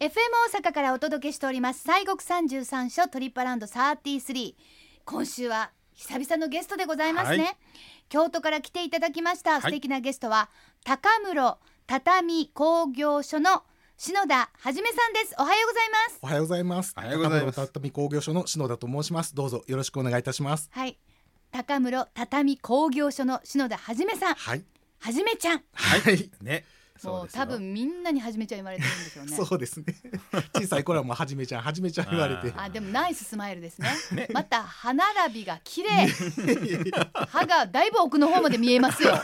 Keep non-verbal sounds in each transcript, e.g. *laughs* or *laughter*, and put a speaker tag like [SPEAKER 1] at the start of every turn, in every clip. [SPEAKER 1] FM 大阪からお届けしております西国三十三所トリップアラウンド33今週は久々のゲストでございますね、
[SPEAKER 2] はい
[SPEAKER 1] 京都から来ていただきました
[SPEAKER 2] い
[SPEAKER 1] 素敵なゲストは、高室畳工業所の篠田はじめさんですおはようございます
[SPEAKER 3] おはようございます。
[SPEAKER 2] おはようございます
[SPEAKER 3] 高室畳工業所の篠田と申します。どうぞよろしくお願いいたします。
[SPEAKER 1] はい高室畳工業所の篠田はじめさん
[SPEAKER 3] はい。
[SPEAKER 1] はじめちゃん
[SPEAKER 3] はい。
[SPEAKER 2] ね。
[SPEAKER 1] も
[SPEAKER 2] そうですよ
[SPEAKER 1] 多分みんなにはじめちゃん言われてるんでし
[SPEAKER 2] *laughs*
[SPEAKER 1] ょうね
[SPEAKER 3] そうですね。小さい頃はもうはじめちゃん、はじめちゃん言われて。
[SPEAKER 1] あでもナイススマイル
[SPEAKER 2] *laughs*
[SPEAKER 1] ですねまた歯並びが綺麗歯がだいぶ奥の方まで見えます
[SPEAKER 2] *laughs*
[SPEAKER 1] よ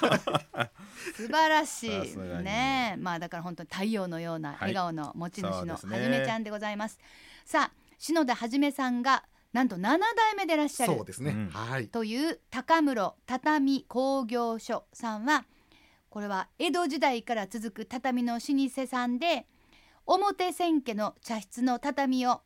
[SPEAKER 1] 素晴らしい
[SPEAKER 2] さすがに
[SPEAKER 1] ねまあだから本当に太陽のような笑顔の持ち主のは
[SPEAKER 2] そ
[SPEAKER 1] じ
[SPEAKER 2] うですね
[SPEAKER 1] めちゃんでございます,、さあ篠田はじめさんがなんと7代目でいらっしゃ
[SPEAKER 3] そう
[SPEAKER 1] る
[SPEAKER 3] ですね。
[SPEAKER 2] うん
[SPEAKER 3] はい。
[SPEAKER 1] という高室畳工業所さんはこれは江戸時代から続く畳の老舗さんで表千家の茶室の畳を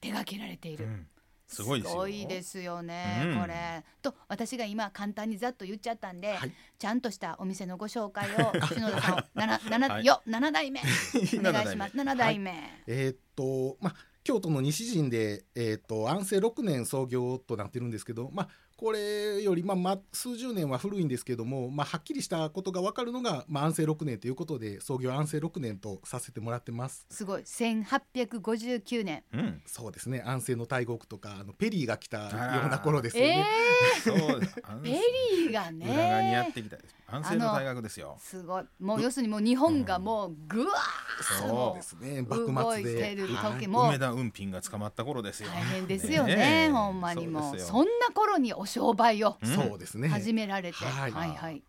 [SPEAKER 1] 手掛けられている、
[SPEAKER 2] うんすごいですよ
[SPEAKER 1] ですよね、
[SPEAKER 2] うん
[SPEAKER 1] これと私が今簡単にざっと言っちゃったんで、
[SPEAKER 3] はい
[SPEAKER 1] ちゃんとしたお店のご紹介を篠田さん七
[SPEAKER 2] *laughs* は
[SPEAKER 1] 七
[SPEAKER 2] い
[SPEAKER 1] よ七代目お願いし
[SPEAKER 2] *laughs* 七代目
[SPEAKER 1] ます七代目、
[SPEAKER 3] えーっと、まあ、京都の西陣で、えーっと、安政六年創業となってるんですけど、まあ。これより、まあ、まあ、数十年は古いんですけども、まあ、はっきりしたことがわかるのが、まあ、安政六年ということで、創業安政六年とさせてもらってます。
[SPEAKER 1] すごい千八百五十九
[SPEAKER 2] *laughs*
[SPEAKER 1] 年
[SPEAKER 2] うん。
[SPEAKER 3] そうですね。安政の大国とか、あのペリーが来たような頃ですよ
[SPEAKER 1] え
[SPEAKER 3] ね。
[SPEAKER 2] そうです。あ
[SPEAKER 1] ー、
[SPEAKER 2] の
[SPEAKER 1] ペリーがね
[SPEAKER 2] *laughs* 裏側にやってきたです。安政の大学ですよ。
[SPEAKER 1] すごいもう要するにもう日本がもうぐわーっと
[SPEAKER 2] そう
[SPEAKER 1] も
[SPEAKER 3] で
[SPEAKER 1] う
[SPEAKER 3] すね。幕
[SPEAKER 1] 動
[SPEAKER 3] 末
[SPEAKER 1] い
[SPEAKER 3] で。
[SPEAKER 1] てる
[SPEAKER 3] はい
[SPEAKER 1] 時も
[SPEAKER 2] 梅田運品が捕まった頃ですよ。
[SPEAKER 1] 大変ですよね
[SPEAKER 2] え
[SPEAKER 1] ほんまにも
[SPEAKER 2] そう
[SPEAKER 1] う
[SPEAKER 2] です
[SPEAKER 1] そ
[SPEAKER 2] よ
[SPEAKER 1] んな頃にお商売を
[SPEAKER 2] うん
[SPEAKER 3] そうですね。
[SPEAKER 1] 始められて、は、
[SPEAKER 3] はいい
[SPEAKER 1] はい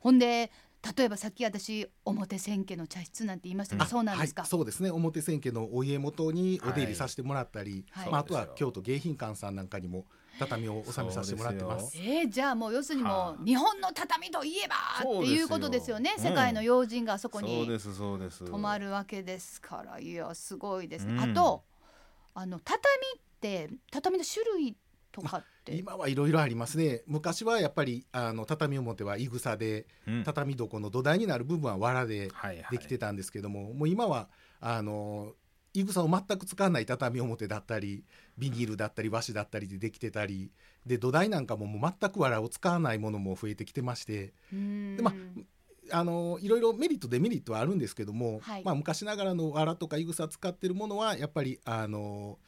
[SPEAKER 1] ほんで例えばさっき私表千家の茶室なんて言いましたけど、
[SPEAKER 3] あ
[SPEAKER 1] そうなんですか、
[SPEAKER 3] はい、そうですね表千家のお家元にお出入りさせてもらったり、
[SPEAKER 1] はい
[SPEAKER 3] まあ、
[SPEAKER 2] そうですよ
[SPEAKER 3] あとは京都迎賓館さんなんかにも畳を納めさせてもらってま
[SPEAKER 2] そう
[SPEAKER 3] す
[SPEAKER 2] で
[SPEAKER 1] えー、じゃあもう要するにも
[SPEAKER 2] は
[SPEAKER 1] う日本の畳といえば
[SPEAKER 2] そ
[SPEAKER 1] っ
[SPEAKER 2] う
[SPEAKER 1] て
[SPEAKER 2] ですよ
[SPEAKER 1] いうことですよね
[SPEAKER 2] うん
[SPEAKER 1] 世界の要人があそこ
[SPEAKER 2] そうで
[SPEAKER 1] に
[SPEAKER 2] すそうです。
[SPEAKER 1] 泊まるわけですからいやすごいですね、
[SPEAKER 2] うん
[SPEAKER 1] あとあの畳って畳の種類とかって、
[SPEAKER 3] 今はいろいろありますね昔はやっぱりあの畳表はいぐさで
[SPEAKER 2] うん。
[SPEAKER 3] 畳床の土台になる部分は藁で
[SPEAKER 2] はいはい。
[SPEAKER 3] できてたんですけども、もう今はあのいぐさを全く使わない畳表だったりビニールだったり和紙だったりでできてたりで土台なんかももう全く藁を使わないものも増えてきてまして、
[SPEAKER 1] うん
[SPEAKER 3] でまああのいろいろメリットデメリットはあるんですけども、
[SPEAKER 1] はい
[SPEAKER 3] まあ、昔ながらの藁とかいぐさ使ってるものはやっぱりあの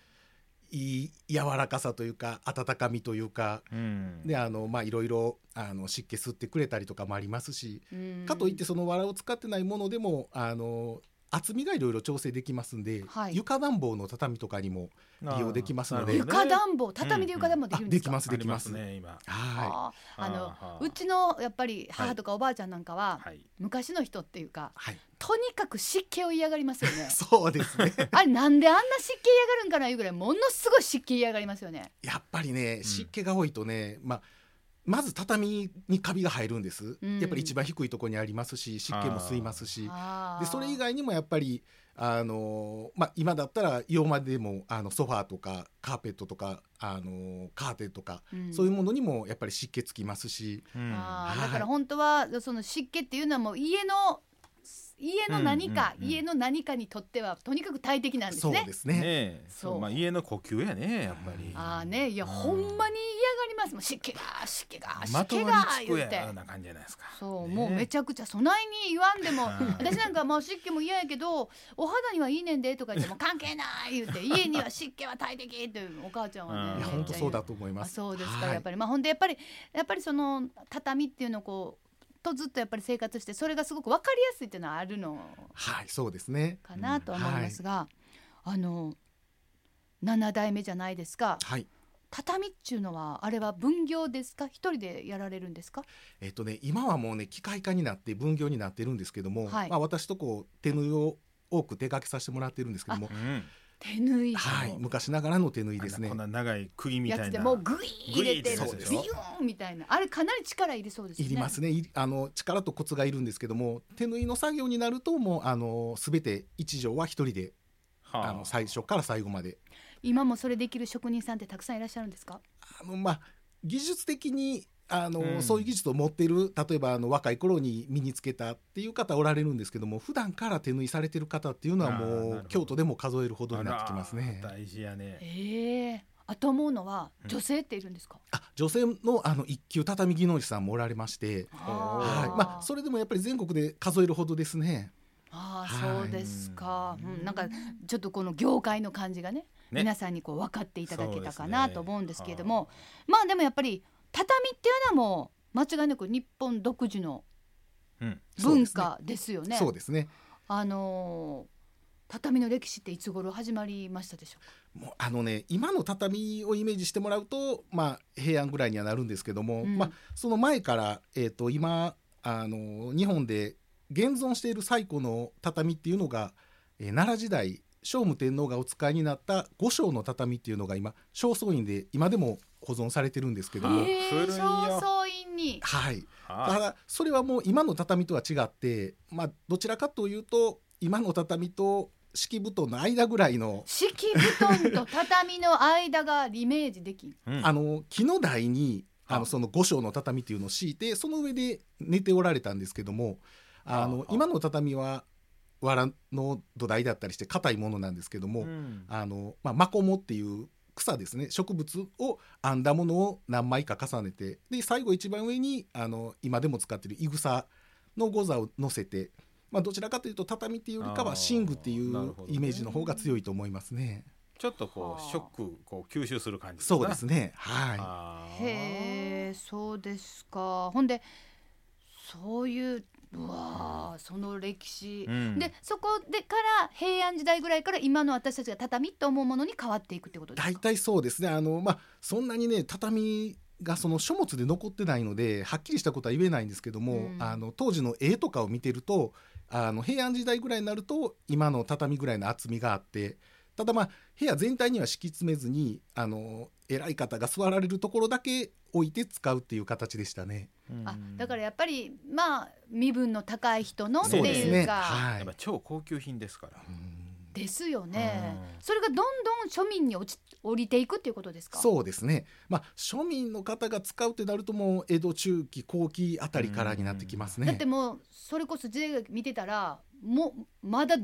[SPEAKER 3] いい柔らかさというか温かみというか
[SPEAKER 2] うん。
[SPEAKER 3] であの、まあ、いろいろあの湿気吸ってくれたりとかもありますし
[SPEAKER 1] うん
[SPEAKER 3] かといってその藁を使ってないものでもあの厚みがいろいろ調整できますんで、
[SPEAKER 1] はい
[SPEAKER 3] 床暖房の畳とかにも利用できますので
[SPEAKER 2] なるほど
[SPEAKER 1] 床
[SPEAKER 2] ね
[SPEAKER 1] 暖房畳で床暖房で
[SPEAKER 3] あ
[SPEAKER 1] きるんで
[SPEAKER 3] ですき
[SPEAKER 1] か、
[SPEAKER 3] ます
[SPEAKER 2] あ
[SPEAKER 3] で
[SPEAKER 2] り
[SPEAKER 3] き
[SPEAKER 2] ま
[SPEAKER 3] ますす。
[SPEAKER 2] ね今。
[SPEAKER 3] は
[SPEAKER 1] あーあの
[SPEAKER 2] あー
[SPEAKER 1] うちのやっぱり母とかおばあちゃんなんかは、
[SPEAKER 2] はい。
[SPEAKER 1] 昔の人っていうか
[SPEAKER 3] い、はい、
[SPEAKER 1] とにかく湿気を嫌がりますよね
[SPEAKER 3] *laughs* そうですね
[SPEAKER 1] あれなんであんな湿気嫌がるんかないうぐらいものすごい湿気嫌がりますよね
[SPEAKER 3] やっぱりね湿気が多いとね、まあまず畳にカビが入るんです、
[SPEAKER 1] うん
[SPEAKER 3] やっぱり一番低いところにありますし湿気も吸いますし
[SPEAKER 1] あ
[SPEAKER 3] で
[SPEAKER 1] ー
[SPEAKER 3] それ以外にもやっぱりあの、まあ、今だったら洋間でもあのソファーとかカーペットとかあのカーテンとか、
[SPEAKER 1] ん
[SPEAKER 3] そういうものにもやっぱり湿気つきますし、
[SPEAKER 2] うん
[SPEAKER 1] あー
[SPEAKER 3] はい
[SPEAKER 1] だから本当はその湿気っていうのはもう家の家の何か、
[SPEAKER 2] うんうんうん
[SPEAKER 1] 家の何かにとってはとにかく大敵なんです
[SPEAKER 3] そう
[SPEAKER 1] ね
[SPEAKER 3] です
[SPEAKER 2] ね
[SPEAKER 3] ね
[SPEAKER 2] え
[SPEAKER 1] そう
[SPEAKER 2] そうまあ家の呼吸やねやっぱり。
[SPEAKER 1] ああねいや、
[SPEAKER 2] うん
[SPEAKER 1] ほんまに嫌がりますもう湿気が湿気が湿
[SPEAKER 2] まと
[SPEAKER 1] 気が
[SPEAKER 2] わり
[SPEAKER 1] 言
[SPEAKER 2] つく
[SPEAKER 1] う
[SPEAKER 2] や
[SPEAKER 1] て
[SPEAKER 2] な感じじゃないですか。
[SPEAKER 1] そう、
[SPEAKER 2] ね
[SPEAKER 1] もうめちゃくちゃそないに言わんでも
[SPEAKER 2] はい
[SPEAKER 1] 私なんかまあ湿気も嫌やけどお肌にはいいねんでとか言っても関係ない言って
[SPEAKER 2] *laughs*
[SPEAKER 1] 家には湿気は大敵ってお母ちゃんは
[SPEAKER 2] う
[SPEAKER 1] ね
[SPEAKER 2] ん
[SPEAKER 3] い
[SPEAKER 1] めっ
[SPEAKER 3] や
[SPEAKER 1] ちゃ言
[SPEAKER 3] 本当そうだと思いま
[SPEAKER 1] あ
[SPEAKER 3] す。
[SPEAKER 1] そうですか、
[SPEAKER 3] はい
[SPEAKER 1] やっぱりまあほんでやっぱりやっぱりその畳っていうのをこうとずっとやっぱり生活してそれがすごく分かりやすいっていうのはあるの
[SPEAKER 3] はい、そうですね。
[SPEAKER 1] かなとは思いますが、あの7代目じゃないですか
[SPEAKER 3] はい、
[SPEAKER 1] 畳っちゅうのはあれは分業ですか一人でやられるんですか
[SPEAKER 3] えっとね、今はもうね機械化になって分業になってるんですけども、
[SPEAKER 1] はい
[SPEAKER 3] まあ、私とこう手縫いを多く手掛けさせてもらってるんですけども
[SPEAKER 2] うん。
[SPEAKER 1] 手縫いの
[SPEAKER 3] はい、昔ながらの手縫いですね
[SPEAKER 2] こん。な長い釘み
[SPEAKER 1] や
[SPEAKER 2] た
[SPEAKER 1] つ
[SPEAKER 2] い
[SPEAKER 1] で
[SPEAKER 2] な。
[SPEAKER 1] もうグイー入れて
[SPEAKER 3] グイーってやつでし
[SPEAKER 1] ビ
[SPEAKER 3] ょ
[SPEAKER 1] ヨーンみたいなあれかなり力いりそうですね
[SPEAKER 3] いりますね。いあの力とコツがいるんですけども、手縫いの作業になるともうあのすべて一条は一人で、
[SPEAKER 2] は
[SPEAKER 3] あの最初から最後まで。
[SPEAKER 1] 今もそれできる職人さんってたくさんいらっしゃるんですか
[SPEAKER 3] あのまあ技術的にあの、
[SPEAKER 2] うん
[SPEAKER 3] そういう技術を持っている例えばあの若い頃に身につけたっていう方おられるんですけども普段から手縫いされてる方っていうのは
[SPEAKER 2] あーなる
[SPEAKER 3] も
[SPEAKER 2] ほ
[SPEAKER 3] う
[SPEAKER 2] ど
[SPEAKER 3] 京都でも数えるほどになってきますね
[SPEAKER 2] あ。ら大事やね。
[SPEAKER 1] ええあと思うのは
[SPEAKER 2] うん
[SPEAKER 1] 女性っているんですか、
[SPEAKER 3] あ女性のあの一級畳技能士さんもおられまして、
[SPEAKER 1] あ
[SPEAKER 3] はい
[SPEAKER 1] ー
[SPEAKER 3] まあ、それでもやっぱり全国で数えるほどですね。
[SPEAKER 1] あ
[SPEAKER 3] は
[SPEAKER 1] ーそ
[SPEAKER 3] い
[SPEAKER 1] うですか、
[SPEAKER 2] う
[SPEAKER 1] うんん、なんかちょっとこの業界の感じがね
[SPEAKER 2] ね
[SPEAKER 1] 皆さんにこう分かっていただけたか
[SPEAKER 2] そう
[SPEAKER 1] な
[SPEAKER 2] ですね
[SPEAKER 1] と思うんですけれども、まあでもやっぱり畳っていうのはもう間違いなく日本独自の
[SPEAKER 2] うん。
[SPEAKER 1] 文化ですよね。
[SPEAKER 3] そうですね
[SPEAKER 1] あのー畳の歴史っていつ頃始まりましたでしょうか。
[SPEAKER 3] もうあのね今の畳をイメージしてもらうと、まあ、平安ぐらいにはなるんですけども、
[SPEAKER 1] うん
[SPEAKER 3] まあ、その前から、えー、と今あの日本で現存している最古の畳っていうのが、えー奈良時代聖武天皇がお使いになった五章の畳っていうのが今正倉院で今でも保存されてるんですけども、
[SPEAKER 2] へー古いよ
[SPEAKER 1] 正倉院に。
[SPEAKER 3] はい、た
[SPEAKER 2] は
[SPEAKER 3] だそれはもう今の畳とは違って、まあ、どちらかというと今の畳と敷布団の間ぐらいの
[SPEAKER 1] 敷布団と畳の間がイメージできん。
[SPEAKER 2] い。うん
[SPEAKER 3] あの木の台にあ
[SPEAKER 2] あ
[SPEAKER 3] のその五章の畳っていうのを敷いてその上で寝ておられたんですけどもあ
[SPEAKER 2] あ
[SPEAKER 3] の
[SPEAKER 2] あ
[SPEAKER 3] 今の畳は藁の土台だったりして硬いものなんですけども、
[SPEAKER 2] うん
[SPEAKER 3] あのまあ、マコモっていう草ですね植物を編んだものを何枚か重ねてで最後一番上にあの今でも使ってるいぐさのござを乗せて、まあ、どちらかというと畳っていうよりか
[SPEAKER 2] あ
[SPEAKER 3] は
[SPEAKER 2] あ
[SPEAKER 3] 寝具ってい
[SPEAKER 2] なる
[SPEAKER 3] う
[SPEAKER 2] ほどね
[SPEAKER 3] イメージの方が強いと思いますね。
[SPEAKER 2] ちょっとこ
[SPEAKER 1] はあ
[SPEAKER 2] うショックこう吸収する感じ。
[SPEAKER 3] そうです
[SPEAKER 2] ね。
[SPEAKER 3] ねはい
[SPEAKER 2] はい。
[SPEAKER 1] へえ、そうですか。ほんで。そういう。うわあ、その歴史。
[SPEAKER 2] うん
[SPEAKER 1] で、そこでから平安時代ぐらいから今の私たちが畳と思うものに変わっていくってことです
[SPEAKER 3] 大
[SPEAKER 1] か。
[SPEAKER 3] 体そうですねあの、まあ、そんなにね畳がその書物で残ってないのではっきりしたことは言えないんですけども、
[SPEAKER 1] うん
[SPEAKER 3] あの当時の絵とかを見てるとあの平安時代ぐらいになると今の畳ぐらいの厚みがあってただまあ部屋全体には敷き詰めずにあの偉い方が座られるところだけ置いて使うっていう形でしたね。
[SPEAKER 1] あ、だからやっぱり、まあ、身分の高い人のって
[SPEAKER 2] そうですね
[SPEAKER 1] いうか。
[SPEAKER 3] は
[SPEAKER 2] や
[SPEAKER 3] い
[SPEAKER 2] っぱ超高級品ですから。
[SPEAKER 3] うん
[SPEAKER 1] ですよね
[SPEAKER 2] う。ん
[SPEAKER 1] それがどんどん庶民に落ち、降りていくっていうことですか。
[SPEAKER 3] そうですね、まあ、庶民の方が使うってなるともう江戸中期後期あたりからになってきますね。
[SPEAKER 1] だってもうそれこそ J 見てたらもうまだ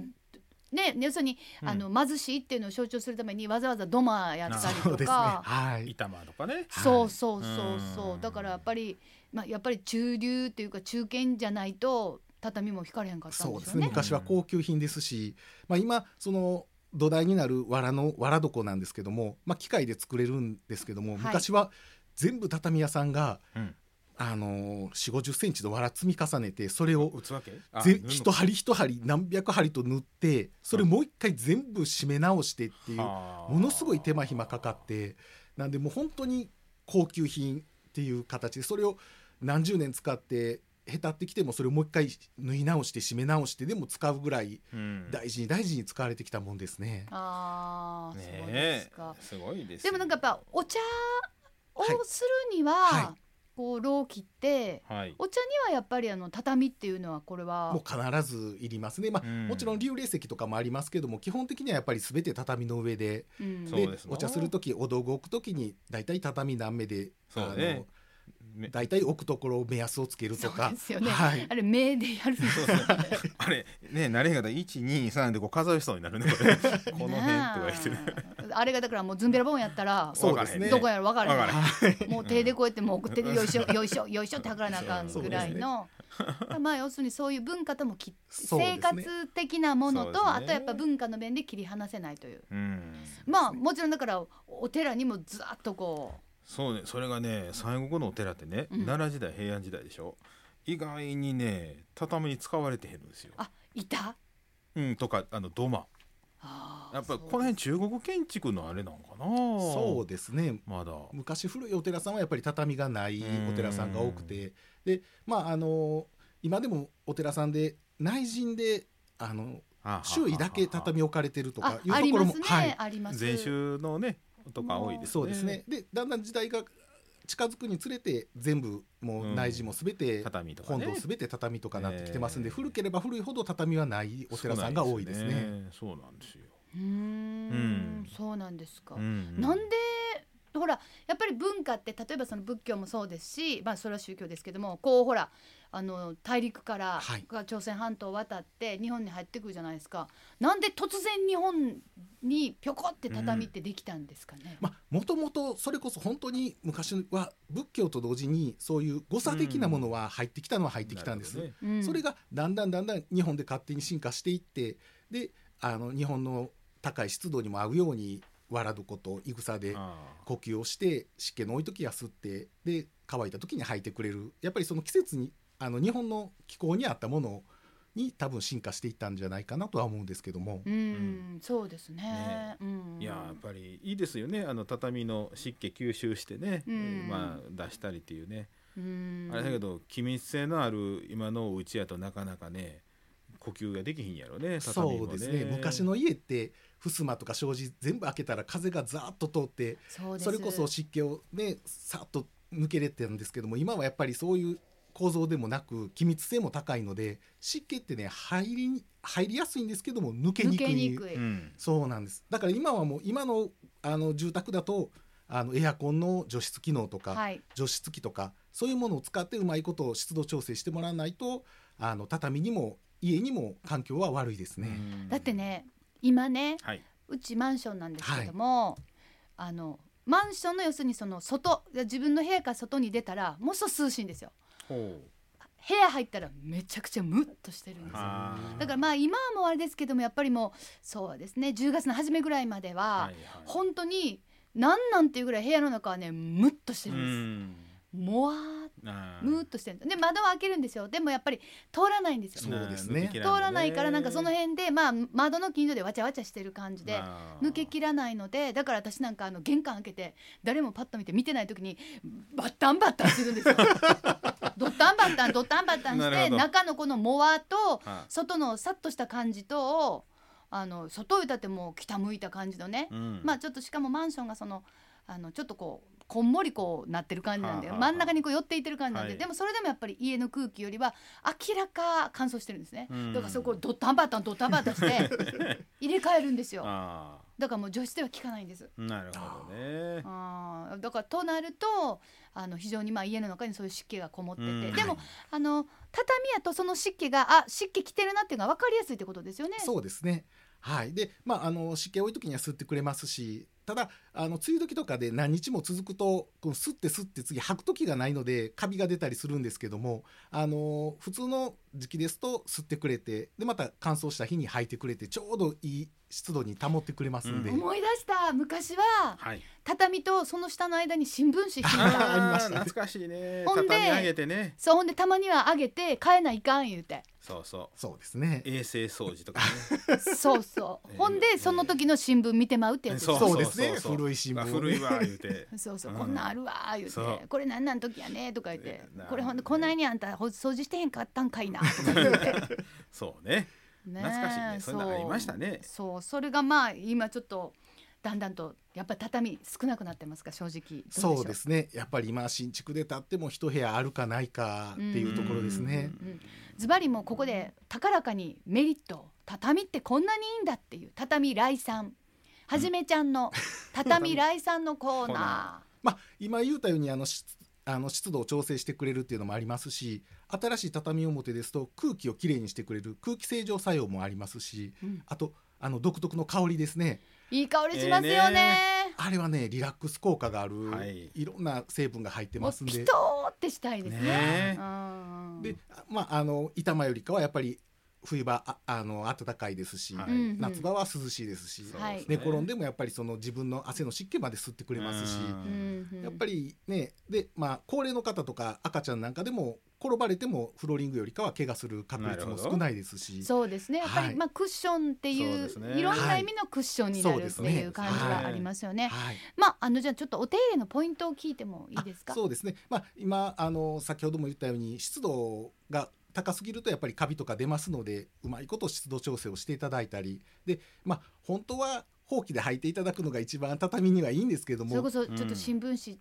[SPEAKER 1] ね要するに、
[SPEAKER 2] うん
[SPEAKER 1] あの貧しいっていうのを象徴するためにわざわざ土間やったり
[SPEAKER 3] そう
[SPEAKER 1] と
[SPEAKER 3] ですね。
[SPEAKER 1] か。
[SPEAKER 3] はい。
[SPEAKER 2] 板間とかね。
[SPEAKER 1] そうそうそうそう、
[SPEAKER 2] うん
[SPEAKER 1] だからやっぱり、まあ、やっぱり中流っていうか中堅じゃないと畳も引かれへんかったん
[SPEAKER 3] そう
[SPEAKER 1] で
[SPEAKER 3] ですす
[SPEAKER 1] よ
[SPEAKER 3] ね。
[SPEAKER 1] ね。
[SPEAKER 3] 昔は高級品ですし、まあ今その土台になる藁の藁床なんですけども、まあ機械で作れるんですけども、
[SPEAKER 1] はい
[SPEAKER 3] 昔は全部畳屋さんが
[SPEAKER 2] うん。
[SPEAKER 3] あの四五十センチの藁積み重ねて、それを
[SPEAKER 2] 打つわけ。あ
[SPEAKER 3] 全
[SPEAKER 2] 縫うの
[SPEAKER 3] 一針一針何百針と縫って、それもう一回全部締め直してっていう
[SPEAKER 2] はあ
[SPEAKER 3] ものすごい手間暇かかってなんでもう本当に高級品っていう形でそれを何十年使ってへたってきてもそれをもう一回縫い直して締め直してでも使うぐらい
[SPEAKER 2] うん
[SPEAKER 3] 大事に大事に使われてきたもんですね。
[SPEAKER 1] あーそうで
[SPEAKER 2] ね
[SPEAKER 1] すか
[SPEAKER 2] え。すごいです
[SPEAKER 1] で
[SPEAKER 2] よ
[SPEAKER 1] もなんかやっぱお茶をするには、
[SPEAKER 3] はいは
[SPEAKER 1] こう老期って
[SPEAKER 2] はい
[SPEAKER 1] お茶にはやっぱりあの畳っていうのはこれは
[SPEAKER 3] もう必ずいりますね、まあ
[SPEAKER 2] うん
[SPEAKER 3] もちろん流麗石とかもありますけども基本的にはやっぱり全て畳の上で
[SPEAKER 1] うん
[SPEAKER 2] そう
[SPEAKER 3] で
[SPEAKER 2] ですな
[SPEAKER 3] お茶する時お道具置く時に大体畳何目で、
[SPEAKER 2] そうね
[SPEAKER 3] あ
[SPEAKER 2] め
[SPEAKER 3] の大体置くところを目安をつけると
[SPEAKER 1] そう
[SPEAKER 3] か
[SPEAKER 1] ですよね
[SPEAKER 3] はい、
[SPEAKER 1] あれ目でやるんですよね
[SPEAKER 2] あれね慣れ方一二三でこう数えそうになるね
[SPEAKER 3] *laughs*
[SPEAKER 2] これこの辺とか言ってね
[SPEAKER 1] あれがだからもうズンベラボンやったら
[SPEAKER 3] そうですね
[SPEAKER 1] どこやら分から
[SPEAKER 2] わ
[SPEAKER 1] な
[SPEAKER 2] か
[SPEAKER 1] い
[SPEAKER 2] らへん
[SPEAKER 1] もう手でこうやってもう送ってるよいしょよいしょよいしょってはからなあかん
[SPEAKER 2] そう
[SPEAKER 1] ぐらいの、まあ要するにそういう文化ともき、
[SPEAKER 3] そうです
[SPEAKER 1] 生
[SPEAKER 3] ね
[SPEAKER 1] 活的なもの
[SPEAKER 2] そう
[SPEAKER 1] と、
[SPEAKER 2] ですね
[SPEAKER 1] あとやっぱ文化の面で切り離せないという
[SPEAKER 2] うん
[SPEAKER 1] まあもちろんだからお寺にもずらっとこ
[SPEAKER 2] そうねそれがね西国のお寺ってね、
[SPEAKER 1] うん
[SPEAKER 2] 奈良時代平安時代でしょ意外にね畳に使われてへんですよ
[SPEAKER 1] う、あいた
[SPEAKER 2] うん、とかあの土間
[SPEAKER 1] あー
[SPEAKER 2] やっぱりこの
[SPEAKER 1] そう
[SPEAKER 2] 辺中国建築のあれなのかな
[SPEAKER 3] そううですね
[SPEAKER 2] まだ
[SPEAKER 3] 昔古いお寺さんはやっぱり畳がないお寺さんが多くてでまああの今でもお寺さんで内陣であの
[SPEAKER 2] あ
[SPEAKER 3] 周囲だけ畳置かれてるとかいう
[SPEAKER 1] ああ
[SPEAKER 3] と
[SPEAKER 1] り
[SPEAKER 3] ころ
[SPEAKER 1] ま
[SPEAKER 3] も
[SPEAKER 1] すね、
[SPEAKER 3] はい
[SPEAKER 1] あります
[SPEAKER 2] 禅宗のねとか多いですね
[SPEAKER 3] そうですねでだんだん時代が近づくにつれて全部もう内陣も全て
[SPEAKER 2] 畳とか
[SPEAKER 3] 本
[SPEAKER 2] ね
[SPEAKER 3] 堂全て畳とかなってきてますんで
[SPEAKER 2] えー
[SPEAKER 3] 古ければ古いほど畳はないお寺さんが多いです
[SPEAKER 2] 少な
[SPEAKER 3] ね。
[SPEAKER 2] そうなんですよ、
[SPEAKER 1] うーん
[SPEAKER 2] うん
[SPEAKER 1] そうなんですか、
[SPEAKER 2] うん
[SPEAKER 1] なんでとほらやっぱり文化って例えばその仏教もそうですし、まあ、それは宗教ですけどもこうほらあの大陸から、
[SPEAKER 3] はい
[SPEAKER 1] が朝鮮半島を渡って日本に入ってくるじゃないですかなんで突然日本にぴょこって畳ってできたんですかね。
[SPEAKER 3] まあ、もともとそれこそ本当に昔は仏教と同時にそういう誤差的なものは入ってきたのは入ってきたんです、
[SPEAKER 2] なるほどね
[SPEAKER 1] うん
[SPEAKER 3] それがだんだんだんだん日本で勝手に進化していってであの日本の高い湿度にも合うようにわらどこといぐさで
[SPEAKER 2] ああ
[SPEAKER 3] 呼吸をして湿気の多い時は吸ってで乾いた時に吐いてくれるやっぱりその季節にあの日本の気候に合ったものに多分進化していったんじゃないかなとは思うんですけども
[SPEAKER 1] う。ん、そうですね。
[SPEAKER 2] ね
[SPEAKER 1] うん、
[SPEAKER 2] いややっぱりいいですよねあの畳の湿気吸収してね、
[SPEAKER 1] うん
[SPEAKER 2] えーまあ、出したりっていうね、
[SPEAKER 1] うん、
[SPEAKER 2] あれだけど気密性のある今のお家やとなかなかね呼吸ができひんやろね畳
[SPEAKER 3] そ
[SPEAKER 2] も
[SPEAKER 3] うですね昔の家って襖とか障子全部開けたら風がザーッと通って
[SPEAKER 1] そうです
[SPEAKER 3] それこそ湿気をねさっと抜けれてるんですけども今はやっぱりそういう構造でもなく気密性も高いので湿気ってね入りに入りやすいんですけども抜けに
[SPEAKER 1] 抜
[SPEAKER 3] く
[SPEAKER 1] け
[SPEAKER 3] い
[SPEAKER 1] にくい。
[SPEAKER 2] うん
[SPEAKER 3] そうなんですだから今はもう今のあの住宅だとあのエアコンの除湿機能とか、
[SPEAKER 1] はい。
[SPEAKER 3] 除湿機とかそういうものを使ってうまいことを湿度調整してもらわないとあの畳にも家にも環境は悪いですね。
[SPEAKER 2] うん
[SPEAKER 1] だってね今ね
[SPEAKER 2] はい、
[SPEAKER 1] うちマンションなんですけども、あのマンションの要するにその外自分の部屋から外に出たらもうそう涼しいんですよ
[SPEAKER 2] ほう
[SPEAKER 1] 部屋入ったらめちゃくちゃムッとしてるんですよ
[SPEAKER 2] あー
[SPEAKER 1] だからまあ今はもうあれですけどもやっぱりもうそうですね10月の初めぐらいまでは、
[SPEAKER 2] はいはい
[SPEAKER 1] 本当になんなんていうぐらい部屋の中はねムッとしてる
[SPEAKER 2] うん
[SPEAKER 1] で
[SPEAKER 2] ん
[SPEAKER 1] すもわーっ
[SPEAKER 2] あー
[SPEAKER 1] ムーっとしてるんですで窓を開けるんですよでもやっぱり通らないんですよ
[SPEAKER 3] そうですね
[SPEAKER 2] まあ抜けきん
[SPEAKER 1] 通
[SPEAKER 2] もんね
[SPEAKER 1] らないからなんかその辺でまあ窓の近所でわちゃわちゃしてる感じで
[SPEAKER 2] まあ
[SPEAKER 1] 抜けきらないのでだから私なんかあの玄関開けて誰もパッと見て見てない時にバッタンバッタンするん
[SPEAKER 2] *laughs*
[SPEAKER 1] ですよドッタンバッタンドッタンバッタンし
[SPEAKER 2] なる
[SPEAKER 1] て
[SPEAKER 2] ほど
[SPEAKER 1] 中のこのモアと
[SPEAKER 2] は
[SPEAKER 1] 外のさっとした感じとあの外歌ってもう北向いた感じのね、
[SPEAKER 2] うん
[SPEAKER 1] まあちょっとしかもマンションがそのあのちょっとこうこんもりこうなってる感じなんで、
[SPEAKER 2] はあはあ
[SPEAKER 1] 真ん中にこう寄っていってる感じなんで、
[SPEAKER 2] はい
[SPEAKER 1] でもそれでもやっぱり家の空気よりは明らか乾燥してるんですね、
[SPEAKER 2] うん
[SPEAKER 1] だからそこをドッタンバッタンドッタンバッタンして
[SPEAKER 2] *laughs*
[SPEAKER 1] 入れ替えるんですよ
[SPEAKER 2] あ
[SPEAKER 1] だからもう除湿では効かないん
[SPEAKER 2] *laughs*
[SPEAKER 1] です
[SPEAKER 2] ーなるほどね
[SPEAKER 1] あーだからとなるとあの非常にまあ家の中にそういう湿気がこもってて、
[SPEAKER 2] うん
[SPEAKER 1] でもあの畳やとその湿気があ湿気きてるなっていうのが分かりやすいってことですよね。
[SPEAKER 3] そうですね。はい。で、まあ、あの、湿気多い時には吸ってくれますし、ただ、あの、梅雨時とかで何日も続くと、こう吸って吸って次吐く時がないので、カビが出たりするんですけども、あの、普通の時期ですと吸ってくれて、で、また乾燥した日に吐いてくれて、ちょうどいい湿度に保ってくれますんで。
[SPEAKER 2] うん
[SPEAKER 1] 思い出した昔は
[SPEAKER 2] はい
[SPEAKER 1] 畳とその下の間に新聞紙引い
[SPEAKER 2] *laughs*
[SPEAKER 1] た
[SPEAKER 3] ありましたね
[SPEAKER 2] ー懐かしいね
[SPEAKER 1] ほんで
[SPEAKER 2] 畳上げてね
[SPEAKER 1] そうほんでたまにはあげて買えないかん言うて
[SPEAKER 2] そうそ
[SPEAKER 3] そうですね
[SPEAKER 2] う。衛生掃除とかね
[SPEAKER 3] *laughs*
[SPEAKER 1] そうそう
[SPEAKER 2] *laughs* ええ
[SPEAKER 1] ほんでその時の新聞見てまうってやつ
[SPEAKER 2] そう
[SPEAKER 3] そうですね。
[SPEAKER 2] そうそう
[SPEAKER 3] 古い新聞
[SPEAKER 2] あ。古いわ言うて
[SPEAKER 1] そうそう
[SPEAKER 2] うん
[SPEAKER 1] こんなんあるわ言うて、
[SPEAKER 2] そう
[SPEAKER 1] これなんなん時やねとか言って
[SPEAKER 2] ええな
[SPEAKER 1] これほんでこないにあんたほ掃除してへんかったんかいなとか言って
[SPEAKER 2] そうね
[SPEAKER 1] ねえ
[SPEAKER 2] 懐かしいねそんなんありましたね
[SPEAKER 1] そうそうそれがまあ今ちょっとだんだんとやっぱ畳少なくなってますか正直
[SPEAKER 3] そう
[SPEAKER 1] ど
[SPEAKER 3] で
[SPEAKER 1] しょ
[SPEAKER 3] すね。やっぱり今、新築で建っても一部屋あるかないかっていうところですね。
[SPEAKER 1] ううんズバリもうここで高らかにメリットを畳ってこんなにいいんだっていう畳来さんはじめちゃんの畳来さんのコー
[SPEAKER 2] コ
[SPEAKER 1] ナ
[SPEAKER 2] ーナ
[SPEAKER 3] まあ、今言うたようにあの湿あの湿度を調整してくれるっていうのもありますし新しい畳表ですと空気をきれいにしてくれる空気清浄作用もありますし
[SPEAKER 1] ー、うん
[SPEAKER 3] あとあの独特の香りですね
[SPEAKER 1] いい香りしますよね,、
[SPEAKER 3] あれはねリラックス効果がある、
[SPEAKER 2] はいい、
[SPEAKER 3] ろんな成分が入って
[SPEAKER 1] も
[SPEAKER 3] ま
[SPEAKER 1] う
[SPEAKER 3] すん
[SPEAKER 1] ピ
[SPEAKER 3] で
[SPEAKER 1] トーってしたいですね
[SPEAKER 2] ねえ
[SPEAKER 1] うん
[SPEAKER 3] で、まあ、あの板間よりかはやっぱり冬場ああの暖かいですし、
[SPEAKER 2] はい
[SPEAKER 1] うんうん
[SPEAKER 3] 夏場は涼しいですし、
[SPEAKER 2] そう
[SPEAKER 1] はい
[SPEAKER 2] です
[SPEAKER 3] 寝
[SPEAKER 2] ね
[SPEAKER 3] 転んでもやっぱりその自分の汗の湿気まで吸ってくれますし。
[SPEAKER 2] う
[SPEAKER 1] う
[SPEAKER 2] ん
[SPEAKER 1] んうん
[SPEAKER 3] やっぱりねで、まあ、高齢の方とか赤ちゃんなんかでも転ばれてもフローリングよりかは怪我する確率も少ないですし
[SPEAKER 1] そうですねやっぱり、
[SPEAKER 3] はい
[SPEAKER 1] まあクッションって
[SPEAKER 2] そう
[SPEAKER 1] い
[SPEAKER 2] で
[SPEAKER 1] う
[SPEAKER 2] すね
[SPEAKER 1] いろんな意味のクッションにな
[SPEAKER 3] はい
[SPEAKER 1] るって
[SPEAKER 3] そうです
[SPEAKER 1] い
[SPEAKER 3] ね
[SPEAKER 1] う感じはありますよね。
[SPEAKER 3] はい、
[SPEAKER 1] まああのじゃあちょっとお手入れのポイントを聞いてもいいですか
[SPEAKER 3] あ。そうですね、まあ、今あの先ほども言ったように湿度が高すぎるとやっぱりカビとか出ますのでうまいこと湿度調整をしていただいたりで、まあ、本当はほうきで履いていただくのが一番畳にはいいんですけど
[SPEAKER 1] それ
[SPEAKER 3] も
[SPEAKER 1] こそちょっと新聞紙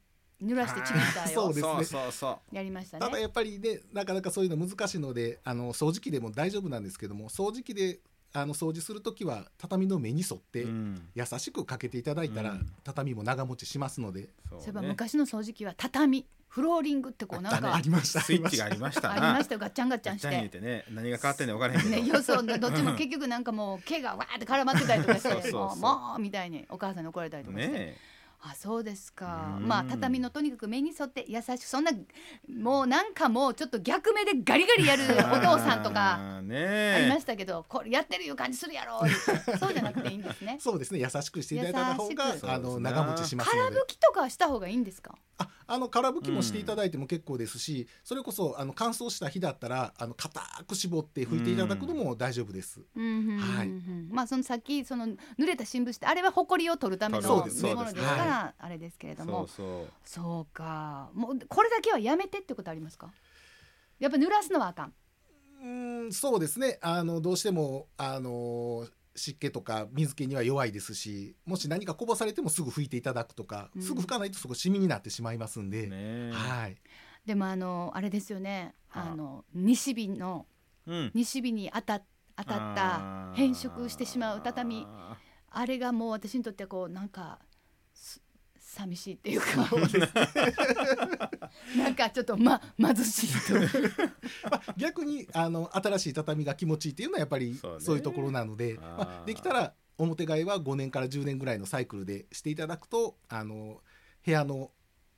[SPEAKER 1] 濡らしてちぎった
[SPEAKER 3] そ
[SPEAKER 1] よ
[SPEAKER 3] うですね
[SPEAKER 2] そうそうそ
[SPEAKER 1] やりました
[SPEAKER 3] ただ
[SPEAKER 1] ね。
[SPEAKER 3] やっぱりねなかなかそういうの難しいのであの掃除機でも大丈夫なんですけども掃除機であの掃除する時は畳の目に沿って
[SPEAKER 2] うん
[SPEAKER 3] 優しくかけていただいたら、
[SPEAKER 2] うん
[SPEAKER 3] 畳も長持ちしますので
[SPEAKER 2] そう
[SPEAKER 1] そういえば
[SPEAKER 2] ね
[SPEAKER 1] 昔の掃除機は畳フローリングってこうなん
[SPEAKER 3] あ
[SPEAKER 1] か
[SPEAKER 3] りました
[SPEAKER 2] スイッチがあ
[SPEAKER 3] りま
[SPEAKER 2] りました
[SPEAKER 1] あ
[SPEAKER 2] な
[SPEAKER 1] りましたよガッチャンガッチャンし
[SPEAKER 2] ガッチャン入れ
[SPEAKER 1] て。
[SPEAKER 2] てね何が変わってんのか分からへんけ
[SPEAKER 1] ね、
[SPEAKER 2] ど、
[SPEAKER 1] よそうどっちも結局なんかもう毛がわーって絡まってたりとかして
[SPEAKER 2] そうそうそ
[SPEAKER 1] もう
[SPEAKER 2] う
[SPEAKER 1] もうみたいにお母さんに怒られたりとかして、
[SPEAKER 2] ね
[SPEAKER 1] あそうですか
[SPEAKER 2] うん
[SPEAKER 1] まあ畳のとにかく目に沿って優しくそんなもうなんかもうちょっと逆目でガリガリやるお父さんと
[SPEAKER 2] *laughs*
[SPEAKER 1] か
[SPEAKER 2] あーね
[SPEAKER 1] ありま
[SPEAKER 2] え
[SPEAKER 1] したけどこれやってるいう感じするやろ言ってそうじゃなくていいんです
[SPEAKER 2] *laughs*
[SPEAKER 1] ね
[SPEAKER 3] そうですね優しくしていただいた方が
[SPEAKER 1] 優し
[SPEAKER 2] く
[SPEAKER 3] あ
[SPEAKER 2] そうです
[SPEAKER 3] の
[SPEAKER 2] な
[SPEAKER 3] 長持ちします
[SPEAKER 1] 空
[SPEAKER 3] の
[SPEAKER 1] 拭
[SPEAKER 3] で
[SPEAKER 1] きとかした方がいいんですか
[SPEAKER 3] ああの空拭きもしていただいても結構ですし、それこそあの乾燥した日だったらあの固く絞って拭いていただくのも大丈夫です、
[SPEAKER 1] うんうんうんうん
[SPEAKER 3] はい
[SPEAKER 1] まあそのさっきその濡れた新聞紙ってあれは埃を取るための
[SPEAKER 2] そう
[SPEAKER 1] もの
[SPEAKER 2] で
[SPEAKER 1] ですすか
[SPEAKER 2] そうです
[SPEAKER 1] らあれですけれど
[SPEAKER 2] そ
[SPEAKER 1] も
[SPEAKER 2] うそう
[SPEAKER 1] そうかもうこれだけはやめてってことありますかやっぱ濡らすのはあかん
[SPEAKER 3] うーんそうですねあのどうしてもあの湿気とか水気には弱いですしもし何かこぼされてもすぐ拭いていただくとか、
[SPEAKER 1] うん
[SPEAKER 3] すぐ拭かないとそこシミになってしまいますんで、
[SPEAKER 2] ねえ
[SPEAKER 3] はい
[SPEAKER 1] でもあのあれですよね
[SPEAKER 2] はあ
[SPEAKER 1] あの西日の
[SPEAKER 2] うん
[SPEAKER 1] 西日に当た当たった
[SPEAKER 2] あー
[SPEAKER 1] 変色してしまう畳あれがもう私にとってはこうなんかす寂しいっていうかなんかちょっと、ま、貧しいという
[SPEAKER 3] 逆にあの新しい畳が気持ちいいっていうのはやっぱり
[SPEAKER 2] そうね
[SPEAKER 3] そういうところなので、
[SPEAKER 2] あー
[SPEAKER 3] まあ、できたら表替えは5年から10年ぐらいのサイクルでしていただくとあの部屋の,、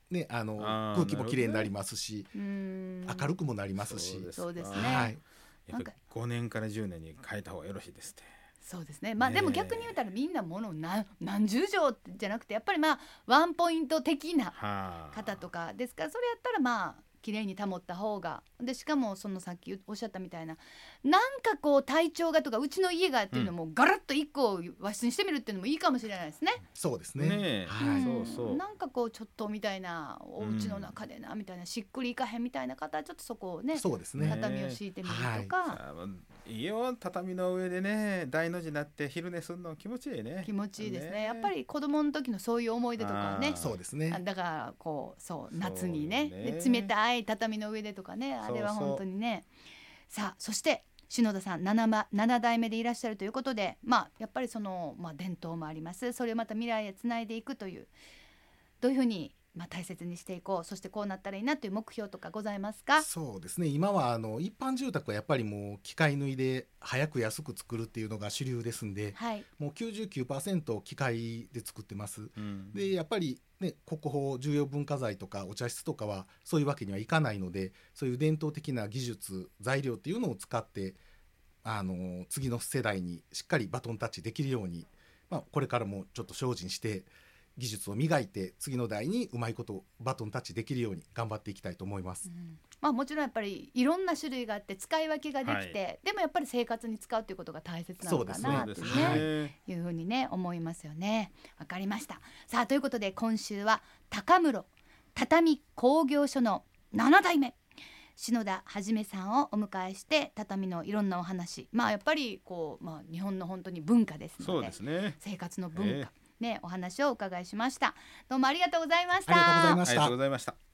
[SPEAKER 3] ね、あの
[SPEAKER 2] あー
[SPEAKER 3] 空気もきれいになりますし、
[SPEAKER 1] うーん
[SPEAKER 3] 明るくもなりますし
[SPEAKER 2] そうです
[SPEAKER 1] そうですね、
[SPEAKER 3] はい、
[SPEAKER 2] やっぱ5年から10年に変えた方がよろしいですって
[SPEAKER 1] そうですねまあ
[SPEAKER 2] ね
[SPEAKER 1] で
[SPEAKER 2] え
[SPEAKER 1] も逆に言うたらみんなもの何何十畳じゃなくてやっぱりまあワンポイント的な
[SPEAKER 2] はあ
[SPEAKER 1] 方とかですからそれやったらまあ綺麗に保った方がでしかもそのさっきおっしゃったみたいななんかこう体調がとかうちの家がっていうのもガラッと一個和室にしてみるっていうのもいいかもしれないですね。
[SPEAKER 3] そうですね
[SPEAKER 2] ねえ
[SPEAKER 3] はい
[SPEAKER 2] そうそう
[SPEAKER 1] なんかこうちょっとみたいなお家の中でなみたいなしっくりいかへんみたいな方はちょっとそこをね
[SPEAKER 3] そうですね
[SPEAKER 2] ね
[SPEAKER 1] 畳を敷いてみるとか、
[SPEAKER 2] あーまあいいよ畳の上でね大の字になって昼寝するの気持ちいいね
[SPEAKER 1] 気持ちいいですねやっぱ
[SPEAKER 2] り
[SPEAKER 1] り子供の時のそういう思い出とかね
[SPEAKER 2] あ
[SPEAKER 3] そうです
[SPEAKER 1] あ
[SPEAKER 3] ね
[SPEAKER 1] だからこうそう
[SPEAKER 2] そうよね
[SPEAKER 1] 夏にねで冷たい畳の上でとかねあれは
[SPEAKER 2] そうそう
[SPEAKER 1] 本当にねさあそして篠田さん 7, ま7代目でいらっしゃるということでまあやっぱりその、まあ、伝統もありますそれをまた未来へつないでいくというどういうふうに、まあ、大切にしていこうそしてこうなったらいいなという目標とかございますか
[SPEAKER 3] そうですね今はあの一般住宅はやっぱりもう機械縫いで早く安く作るっていうのが主流ですんで
[SPEAKER 1] はい、
[SPEAKER 3] もう99%機械で作ってます
[SPEAKER 2] うん
[SPEAKER 3] でやっぱり、ね、国宝重要文化財とかお茶室とかはそういうわけにはいかないのでそういう伝統的な技術材料っていうのを使ってあの次の世代にしっかりバトンタッチできるように、まあ、これからもちょっと精進して技術を磨いて次の代にうまいことバトンタッチできるように頑張っていきたいと思います。
[SPEAKER 1] まあ、もちろんやっぱりいろんな種類があって使い分けができて、でもやっぱり生活に使うということが大切なのか
[SPEAKER 3] そう
[SPEAKER 1] なっ
[SPEAKER 2] で
[SPEAKER 1] て
[SPEAKER 2] す
[SPEAKER 1] いう
[SPEAKER 2] ね
[SPEAKER 3] は
[SPEAKER 1] ね
[SPEAKER 3] い。
[SPEAKER 1] いうふうにね思いますよね。わかりました。さあということで今週は高室畳工業所の7代目篠田はじめさんをお迎えして畳のいろんなお話まあやっぱりこう、まあ、日本の本当に文化です
[SPEAKER 2] そ
[SPEAKER 1] の
[SPEAKER 2] う
[SPEAKER 1] で
[SPEAKER 2] ですね
[SPEAKER 1] 生活の文化、
[SPEAKER 2] え
[SPEAKER 1] ねお話をお伺いしました。どうもありがとうございました。
[SPEAKER 3] ありがとうございま
[SPEAKER 2] あ
[SPEAKER 3] し
[SPEAKER 2] りがと
[SPEAKER 3] た
[SPEAKER 2] うございました